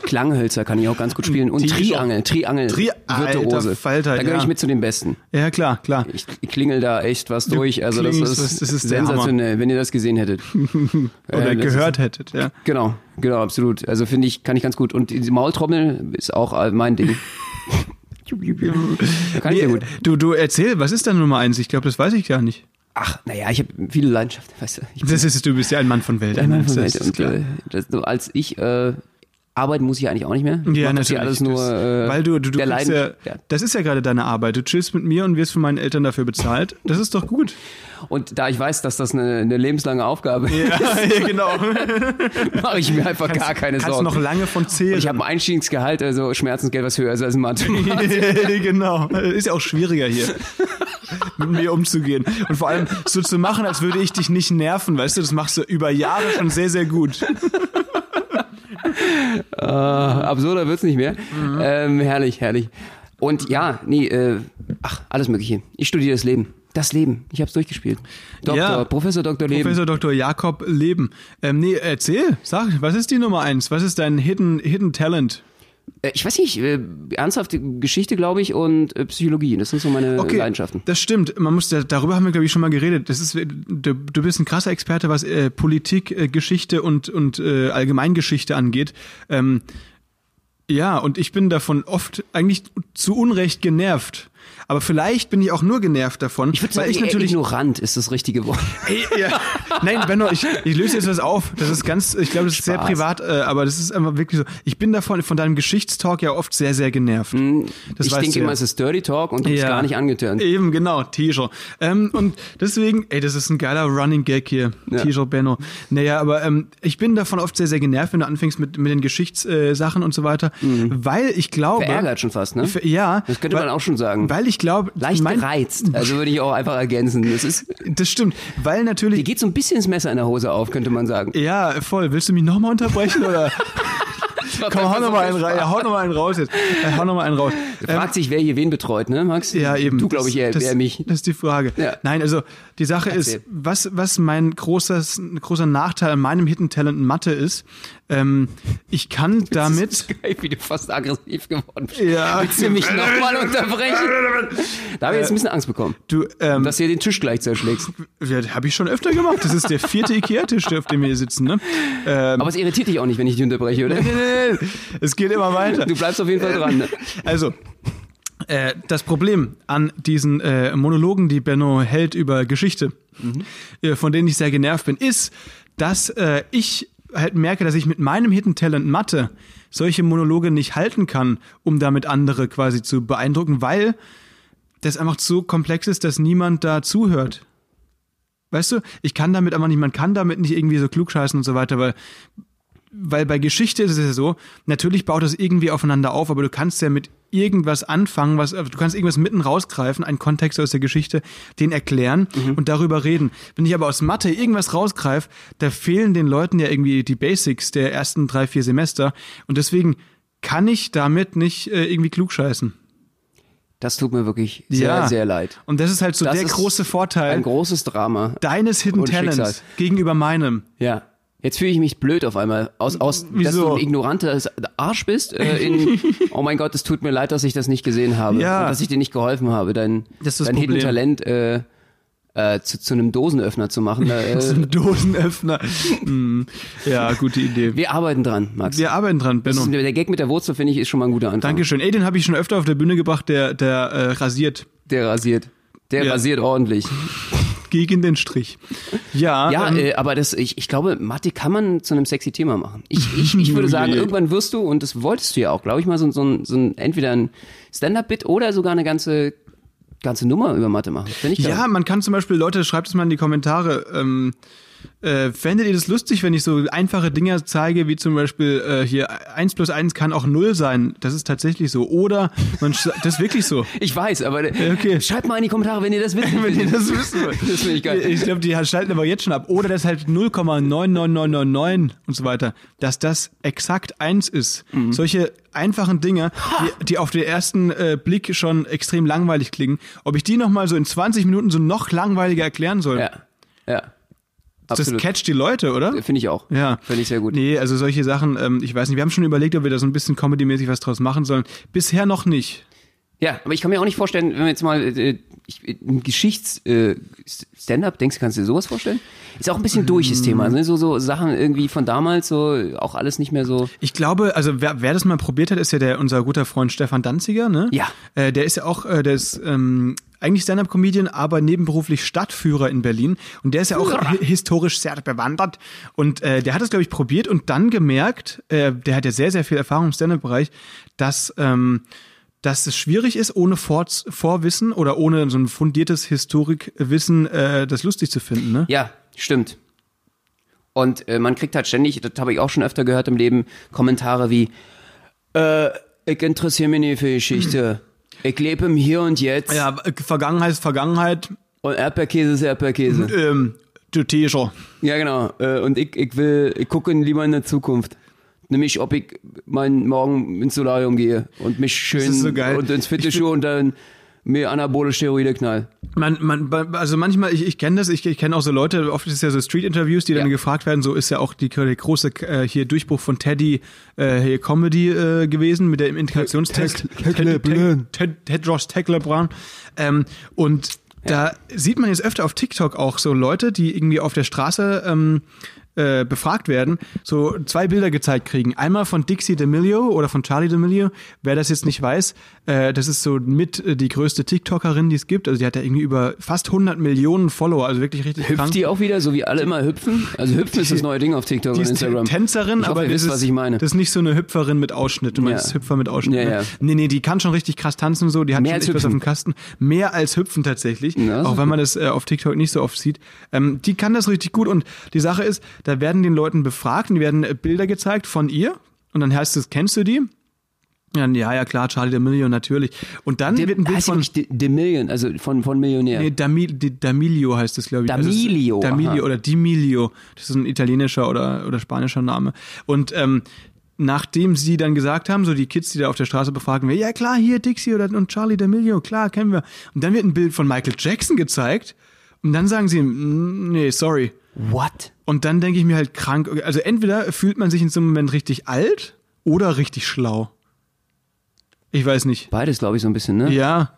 Klanghölzer kann ich auch ganz gut spielen. Und Die- Triangel, Triangel, Tri- Virtuose. Alter Falter, da gehöre ich ja. mit zu den Besten. Ja, klar, klar. Ich klingel da echt was durch. Also das klingelst ist, was, das ist der sensationell, wenn ihr das gesehen hättet. Oder Äh, das gehört hättet, ja. Ist, genau, genau, absolut. Also finde ich, kann ich ganz gut. Und die Maultrommel ist auch äh, mein Ding. kann ich Nee, sehr gut. Du, du erzähl, was ist deine Nummer eins? Ich glaube, das weiß ich gar nicht. Ach, naja, ich habe viele Leidenschaften, weißt du. Ich Das ist, du bist ja ein Mann von Welt. bin ein Mann von äh, Das Welt. ist Und klar. äh, das, so als ich äh, Arbeit muss ich eigentlich auch nicht mehr. Ich Ja, mach das natürlich. hier alles nur das, äh, weil du, du, du der kriegst Leiden. ja, Ja. das ist ja gerade deine Arbeit. Du chillst mit mir und wirst von meinen Eltern dafür bezahlt. Das ist doch gut. Und da ich weiß, dass das eine, eine lebenslange Aufgabe Ja, ja genau. ist, mache ich mir einfach gar keine Kannst Sorgen. noch lange von zählen. ich habe ein Einstiegsgehalt, also Schmerzensgeld, was höher ist als ein Mathematik. genau. Ist ja auch schwieriger hier, mit mir umzugehen. Und vor allem so zu machen, als würde ich dich nicht nerven, weißt du, das machst du über Jahre schon sehr, sehr gut. Absurder wird's nicht mehr. Mhm. Ähm, herrlich, herrlich. Und ja, nee, äh, ach, alles Mögliche. Ich studiere das Leben. Das Leben. Ich habe es durchgespielt. Doktor, Ja. Professor Dr. Leben. Professor Dr. Jakob Leben. Ähm, nee, erzähl, sag, was ist die Nummer eins? Was ist dein Hidden, Hidden Talent? Äh, ich weiß nicht, äh, ernsthafte Geschichte, glaube ich, und äh, Psychologie. Das sind so meine äh, Leidenschaften. das stimmt. Man muss, da- darüber haben wir, glaube ich, schon mal geredet. Das ist, du, du bist ein krasser Experte, was äh, Politik, äh, Geschichte und, und äh, Allgemeingeschichte angeht. Ähm, ja, und ich bin davon oft eigentlich zu Unrecht genervt. Aber vielleicht bin ich auch nur genervt davon, Ich würde sagen, ich äh, natürlich ignorant ist das richtige Wort. Ey, ja. Nein, Benno, ich, ich löse jetzt was auf. Das ist ganz, ich glaube, das ist sehr Spaß. privat, äh, aber das ist einfach wirklich so. Ich bin davon von deinem Geschichtstalk ja oft sehr, sehr genervt. Das Hm, ich weißt denke du immer, ja. es ist Dirty Talk und du bist Ja. gar nicht angetönt. Eben, genau, T-Shirt. Ähm, und deswegen, ey, das ist ein geiler Running Gag hier, Ja. T-Shirt Benno. Naja, aber ähm, ich bin davon oft sehr, sehr genervt, wenn du anfängst mit, mit den Geschichtssachen äh, Sachen und so weiter, weil ich glaube... Mhm. Verärgert schon fast, ne? Ver- Ja. Das könnte man auch schon sagen. Weil ich glaube... Leicht mein- gereizt. Also würde ich auch einfach ergänzen. Das ist, Das stimmt, weil dir natürlich... geht so ein bisschen das Messer in der Hose auf, könnte man sagen. Ja, voll. Willst du mich nochmal unterbrechen oder... Komm, hau nochmal einen, ra- ja, hau noch mal einen raus jetzt. Äh, hau nochmal einen raus. Fragt sich, wer hier wen betreut, ne, Max? Ähm, Ja, eben. Du, glaube ich, eher, das, eher mich. Das ist die Frage. Ja. Nein, also die Sache ist, Erzähl. was, was mein großes, großer Nachteil an meinem Hidden Talent in Mathe ist, ähm, ich kann damit. Das ist geil, wie du fast aggressiv geworden bist. Ja. Willst du mich nochmal unterbrechen? Da habe ich jetzt ein bisschen Angst bekommen, Du, ähm, dass du hier den Tisch gleich zerschlägst. ja, das habe ich schon öfter gemacht. Das ist der vierte Ikea-Tisch, der auf dem wir hier sitzen. Ne? Ähm, Aber es irritiert dich auch nicht, wenn ich dich unterbreche, oder? nee, nee, nee, es geht immer weiter. Du bleibst auf jeden Fall dran. Ne? Also, äh, das Problem an diesen äh, Monologen, die Benno hält über Geschichte, äh, von denen ich sehr genervt bin, ist, dass äh, ich halt merke, dass ich mit meinem Hidden Talent Mathe solche Monologe nicht halten kann, um damit andere quasi zu beeindrucken, weil das einfach so komplex ist, dass niemand da zuhört. Weißt du, ich kann damit aber nicht, man kann damit nicht irgendwie so klugscheißen und so weiter, weil weil bei Geschichte ist es ja so, natürlich baut das irgendwie aufeinander auf, aber du kannst ja mit irgendwas anfangen, was du kannst irgendwas mitten rausgreifen, einen Kontext aus der Geschichte, den erklären Mhm. und darüber reden. Wenn ich aber aus Mathe irgendwas rausgreife, da fehlen den Leuten ja irgendwie die Basics der ersten drei, vier Semester und deswegen kann ich damit nicht äh, irgendwie klugscheißen. Das tut mir wirklich sehr, Ja. Äh. sehr leid. Und das ist halt so Das der ist große Ein Vorteil großes Drama. deines Hidden und Talents Schicksal. gegenüber meinem. Ja. Jetzt fühle ich mich blöd auf einmal. Aus, aus dass Wieso? du ein ignoranter Arsch bist. Äh, in, oh mein Gott, es tut mir leid, dass ich das nicht gesehen habe. Ja. Und dass ich dir nicht geholfen habe, dein, Das ist das dein Hidden Problem. Talent äh, äh, zu, zu einem Dosenöffner zu machen. Äh, Dosenöffner. Hm. ja, gute Idee. wir arbeiten dran, Max. Wir arbeiten dran, Benno. Das ist, der Gag mit der Wurzel, finde ich, ist schon mal ein guter Anfang. Dankeschön. Ey, den habe ich schon öfter auf der Bühne gebracht, der, der äh, rasiert Der rasiert. Der Ja. rasiert ordentlich. gegen den Strich. Ja, Ja, ähm, äh, aber das, ich, ich glaube, Mathe kann man zu einem sexy Thema machen. Ich, ich, ich würde sagen, Nee. irgendwann wirst du, und das wolltest du ja auch, glaube ich, mal so, so, ein, so ein, entweder ein Stand-Up-Bit oder sogar eine ganze, ganze Nummer über Mathe machen. Finde ich ja, geil. man kann zum Beispiel, Leute, schreibt es mal in die Kommentare. Ähm, äh, fändet ihr das lustig, wenn ich so einfache Dinger zeige, wie zum Beispiel äh, hier 1 plus 1 kann auch 0 sein? Das ist tatsächlich so. Oder man sch- das ist wirklich so. Ich weiß, aber äh, okay. schreibt mal in die Kommentare, wenn ihr das wissen wenn ihr das wissen wollt. Das finde ich geil. Ich glaube, die schalten aber jetzt schon ab. Oder dass halt 0,99999 und so weiter, dass das exakt eins ist. Mhm. Solche einfachen Dinge, die, die auf den ersten äh, Blick schon extrem langweilig klingen, ob ich die nochmal so in 20 Minuten so noch langweiliger erklären soll. ja, ja. das Absolut. catcht die Leute, oder? Finde ich auch. Ja. Finde ich sehr gut. Nee, also solche Sachen, ähm, ich weiß nicht, wir haben schon überlegt, ob wir da so ein bisschen comedymäßig was draus machen sollen. Bisher noch nicht. Ja, aber ich kann mir auch nicht vorstellen, wenn wir jetzt mal äh, ich, ein Geschichts-Stand-up denkst, kannst du dir sowas vorstellen? Ist auch ein bisschen durch das Thema. Ne? So, so Sachen irgendwie von damals, so auch alles nicht mehr so. Ich glaube, also wer, wer das mal probiert hat, ist ja der unser guter Freund Stefan Danziger, ne? Ja. Äh, der ist ja auch, äh, der ist ähm, eigentlich Stand-up-Comedian, aber nebenberuflich Stadtführer in Berlin. Und der ist ja auch hi- historisch sehr bewandert. Und äh, der hat das, glaube ich, probiert und dann gemerkt, äh, der hat ja sehr, sehr viel Erfahrung im Stand-up-Bereich, dass ähm, dass es schwierig ist, ohne Vor Vorwissen oder ohne so ein fundiertes Historikwissen äh, das lustig zu finden. Ne? Ja, stimmt. Und äh, man kriegt halt ständig, das habe ich auch schon öfter gehört im Leben, Kommentare wie, äh, ich interessiere mich nicht für Geschichte. Ich lebe im Hier und Jetzt. Ja, Vergangenheit ist Vergangenheit. Und Erdbeerkäse ist Erdbeerkäse. Ähm, du T-Shirt. Ja, genau. Äh, Und ich, ich will, ich gucke lieber in der Zukunft. Nämlich, ob ich mein, morgen ins Solarium gehe und mich schön ist so geil. und ins Ich Fitnessstudio und dann mir anabole Steroide knall. Man, man, also manchmal, ich, ich kenne das, ich, ich kenne auch so Leute, oft ist es ja so Street-Interviews, die dann Ja. gefragt werden, so ist ja auch die, der große äh, hier Durchbruch von Teddy äh, hier Comedy äh, gewesen mit dem Integrationstest. Ted- Ted- Teglebran. Ted, Ted, Tedros Teglebran. Ähm, und da sieht man jetzt öfter auf TikTok auch so Leute, die irgendwie auf der Straße ähm, äh, befragt werden, so zwei Bilder gezeigt kriegen. Einmal von Dixie D'Amelio oder von Charlie D'Amelio. Wer das jetzt nicht weiß, äh, das ist so mit äh, die größte TikTokerin, die es gibt. Also die hat ja irgendwie über fast 100 Millionen Follower, also wirklich richtig Hüpft krank. die auch wieder, so wie alle immer hüpfen? Also hüpfen ist das neue Ding auf TikTok Die und ist Instagram. Tänzerin, Ich hoffe, aber ihr das, wisst, ist, was ich meine. das ist nicht so eine Hüpferin mit Ausschnitt. Du meinst Ja. Hüpfer mit Ausschnitt. Ja, ne? ja. Nee, nee, die kann schon richtig krass tanzen und so. Die hat Mehr schon als echt was auf hüpfen. dem Kasten. Mehr als hüpfen tatsächlich. Na, auch super. wenn man das äh, auf TikTok nicht so oft sieht. Ähm, die kann das richtig gut. Und die Sache ist, da werden den Leuten befragt und die werden äh, Bilder gezeigt von ihr. Und dann heißt es, kennst du die? Ja, ja, ja, klar, Charlie D'Amelio, natürlich. Und dann wird ein Bild heißt ja von... wirklich The, The Million, also von, von Millionär. Nee, Dami, Di- Damilio heißt es, glaube ich. Also es ist Damilio, Damilio aha. oder Dimilio. Das ist ein italienischer oder, oder spanischer Name. Und ähm, nachdem sie dann gesagt haben, so die Kids, die da auf der Straße befragen, ja klar, hier Dixie oder, und Charlie D'Amelio, klar, kennen wir. Und dann wird ein Bild von Michael Jackson gezeigt. Und dann sagen sie, "Mm, nee, sorry. What? Und dann denke ich mir halt krank. Also entweder fühlt man sich in so einem Moment richtig alt oder richtig schlau. Ich weiß nicht. Beides, glaube ich, so ein bisschen, ne? Ja,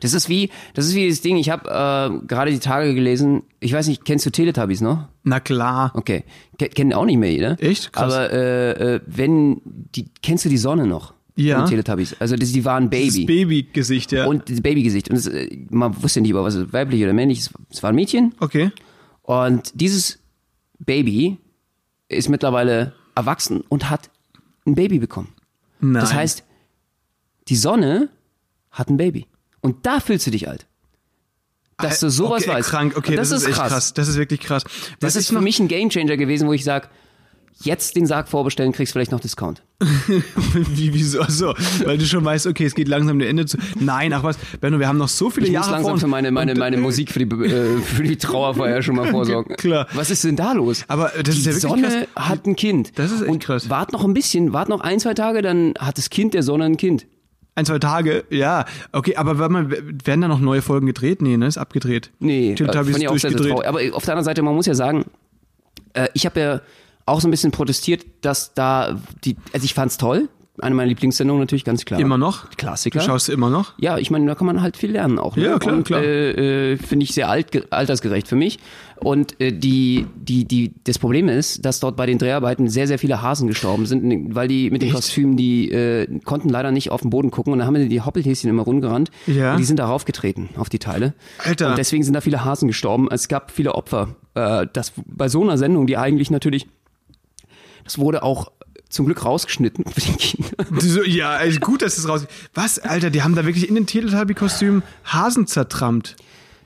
Das ist wie, das ist wie das Ding, ich habe äh, gerade die Tage gelesen, ich weiß nicht, kennst du Teletubbies noch? na klar. Okay. Ke- Kennt auch nicht mehr jeder. Echt? Krass. Krass. Aber äh, äh, wenn, die, kennst du die Sonne noch? Ja. Von den Teletubbies. Also das, die waren Das Baby. Babygesicht, ja. Und das Babygesicht. Und das, äh, man wusste nicht, ob was weiblich oder männlich ist. Es war ein Mädchen. okay. Und dieses Baby ist mittlerweile erwachsen und hat ein Baby bekommen. Nein. Das heißt, die Sonne hat ein Baby. Und da fühlst du dich alt. Dass du sowas okay, weißt. Krank. Okay, Und das, ist echt krass. Das ist wirklich krass. Das Was ist ich für noch- mich ein Gamechanger gewesen, wo ich sage, jetzt den Sarg vorbestellen, kriegst vielleicht noch Discount. Wie, wieso? So, weil du schon weißt, okay, es geht langsam dem Ende zu. Nein, ach was, Benno, wir haben noch so viele Ich Jahre muss vor langsam uns. für meine, meine, Und, meine äh, Musik für die, Be- äh, für die Trauerfeier schon mal vorsorgen. Klar. Was ist denn da los? Aber das die ist ja wirklich Sonne krass. hat ein Kind. Das ist echt Und krass. Wart noch ein bisschen, wart noch ein, zwei Tage, dann hat das Kind der Sonne ein Kind. Ein, zwei Tage, ja. Okay, aber warte mal, werden da noch neue Folgen gedreht? Nee, ne? Ist abgedreht. Nee, Tim äh, Tabby fand ist ich auch sehr, sehr durchgedreht. traurig. Aber auf der anderen Seite, man muss ja sagen, äh, ich habe ja auch so ein bisschen protestiert, dass da die, also ich fand's toll. Eine meiner Lieblingssendungen natürlich, ganz klar. Immer noch? Klassiker. Du schaust immer noch? Ja, ich meine, da kann man halt viel lernen auch. Ne? Ja, klar, und, klar. Äh, äh, Finde ich sehr alt, altersgerecht für mich. Und äh, die, die, die, das Problem ist, dass dort bei den Dreharbeiten sehr, sehr viele Hasen gestorben sind, ne, weil die mit den Kostümen, die äh, konnten leider nicht auf den Boden gucken und da haben die, die Hoppelhäschen immer rumgerannt. Ja. Und die sind darauf getreten, auf die Teile. Alter. Und deswegen sind da viele Hasen gestorben. Es gab viele Opfer. Äh, das bei so einer Sendung, die eigentlich natürlich, das wurde auch zum Glück rausgeschnitten für die Kinder. So, ja, also gut, dass das raus. Was, Alter, die haben da wirklich in den Teletubby-Kostümen Hasen zertrammt.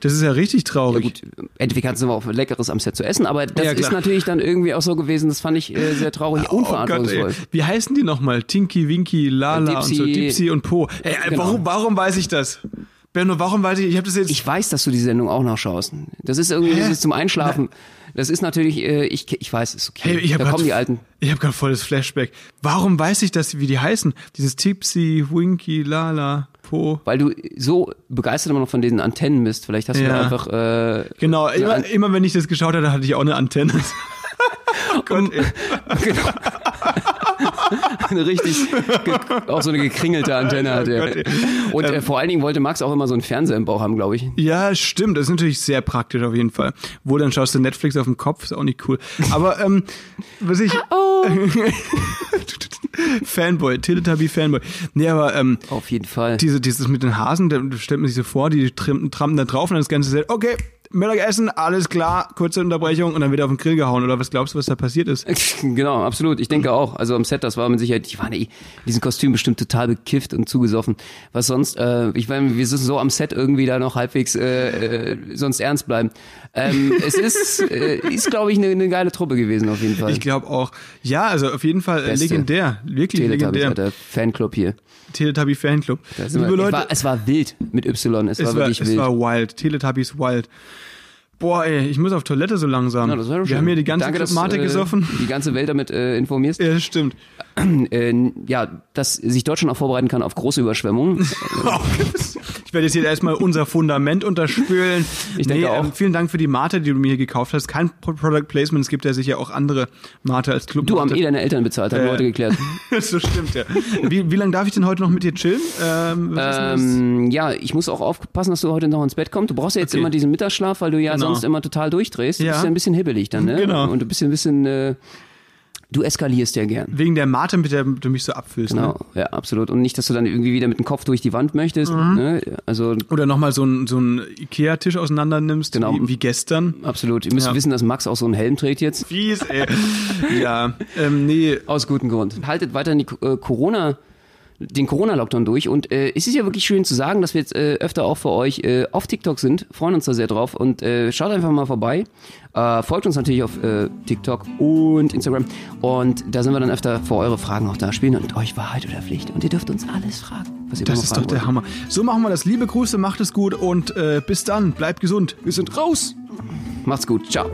Das ist ja richtig traurig. gut, entweder kannst du immer auf Leckeres am Set zu essen, aber das Ja, klar. Oh ist natürlich dann irgendwie auch so gewesen, das fand ich äh, sehr traurig, ey. unverantwortungsvoll. Wie heißen die nochmal? Tinky, Winky, Lala Dipsy. und so. Dipsy und Po. Ey, ey, Genau. warum, warum weiß ich das? Benno, warum weiß ich, ich habe das jetzt. ich weiß, dass du die Sendung auch nachschaust. Das ist irgendwie das ist zum Einschlafen. Das ist natürlich, äh, ich, ich weiß, ist okay. Hey, ich hab da grad- kommen die Alten. Ich habe gerade volles Flashback. Warum weiß ich das, wie die heißen? Dieses Tipsy, Winky, Lala, Po. Weil du so begeistert immer noch von diesen Antennen bist. Vielleicht hast du Ja. da einfach äh, Genau, an- immer, immer wenn ich das geschaut hatte, hatte ich auch eine Antenne. oh Gott, ey. genau. eine richtig, ge- auch so eine gekringelte Antenne Oh hat er. Und Ähm. äh, vor allen Dingen wollte Max auch immer so einen Fernseher im Bauch haben, glaube ich. Ja, stimmt. Das ist natürlich sehr praktisch auf jeden Fall. Wo dann schaust du Netflix auf dem Kopf, ist auch nicht cool. Aber ähm, was ich. Fanboy, Teletubby Fanboy. Nee, aber ähm, Auf jeden Fall. diese, dieses mit den Hasen, da stellt man sich so vor, die trim- trampen da drauf und dann das Ganze sagt, okay, Mittagessen, alles klar, kurze Unterbrechung und dann wieder auf den Grill gehauen. Oder was glaubst du, was da passiert ist? Genau, absolut. Ich denke auch. Also am Set, das war mit Sicherheit, die waren eh in diesem Kostüm bestimmt total bekifft und zugesoffen. Was sonst, äh, ich meine, wir sind so am Set irgendwie da noch halbwegs äh, äh, sonst ernst bleiben. Ähm, es ist, äh, ist glaube ich, eine ne geile Truppe gewesen auf jeden Fall. Ich glaube auch. Ja, also auf jeden Fall äh, Beste. legendär. Wirklich Teletubbies, legendär. Alter, Fanclub hier. Teletubby Fanclub. Da sind Liebe wir- es, Leute, war, es war wild mit Y, es, war wirklich es wild. war wild. Teletubbies wild. Boah, ey, ich muss auf Toilette so langsam. Ja, das war doch wir schön. haben hier die ganze Danke, dass, Tomate äh, gesoffen. Die ganze Welt damit äh, informierst. Ja, stimmt. Äh, ja, dass sich Deutschland auch vorbereiten kann auf große Überschwemmungen. Ich werde jetzt hier erstmal unser Fundament unterspülen. ähm, Ich denke auch. vielen Dank für die Mate, die du mir hier gekauft hast. Kein Pro- Product Placement, es gibt ja sicher auch andere Mate als Club. Du haben eh deine Eltern bezahlt, haben Äh, wir heute geklärt. so stimmt, ja. Wie, wie lange darf ich denn heute noch mit dir chillen? Ähm, was ist denn das? Ähm, ja, ich muss auch aufpassen, dass du heute noch ins Bett kommst. Du brauchst ja jetzt Okay. immer diesen Mittagsschlaf, weil du ja Genau. sonst immer total durchdrehst. Du Ja. bist ja ein bisschen hibbelig dann, ne? Genau. Und du bist ja ein bisschen, äh, du eskalierst ja gern. Wegen der Mate, mit der du mich so abfüllst. Ne? Genau, ja, absolut. Und nicht, dass du dann irgendwie wieder mit dem Kopf durch die Wand möchtest. Mhm. Ne? Also Oder nochmal so einen so einen Ikea-Tisch auseinander nimmst, Genau. wie, wie gestern. absolut. Ihr müsst Ja. wissen, dass Max auch so einen Helm trägt jetzt. Fies, ey. ja, ähm, nee, Aus gutem Grund. Haltet weiterhin die äh, Corona, den Corona-Lockdown durch. Und äh, es ist ja wirklich schön zu sagen, dass wir jetzt äh, öfter auch für euch äh, auf TikTok sind. Freuen uns da sehr drauf. Und äh, schaut einfach mal vorbei. Äh, folgt uns natürlich auf äh, TikTok und Instagram. Und da sind wir dann öfter für eure Fragen auch da. Spielen und euch Wahrheit oder Pflicht. Und ihr dürft uns alles fragen, was ihr das immer ist fragen doch der wollt. Hammer. So machen wir das. Liebe Grüße, macht es gut und äh, bis dann. Bleibt gesund. Wir sind raus. Macht's gut. Ciao.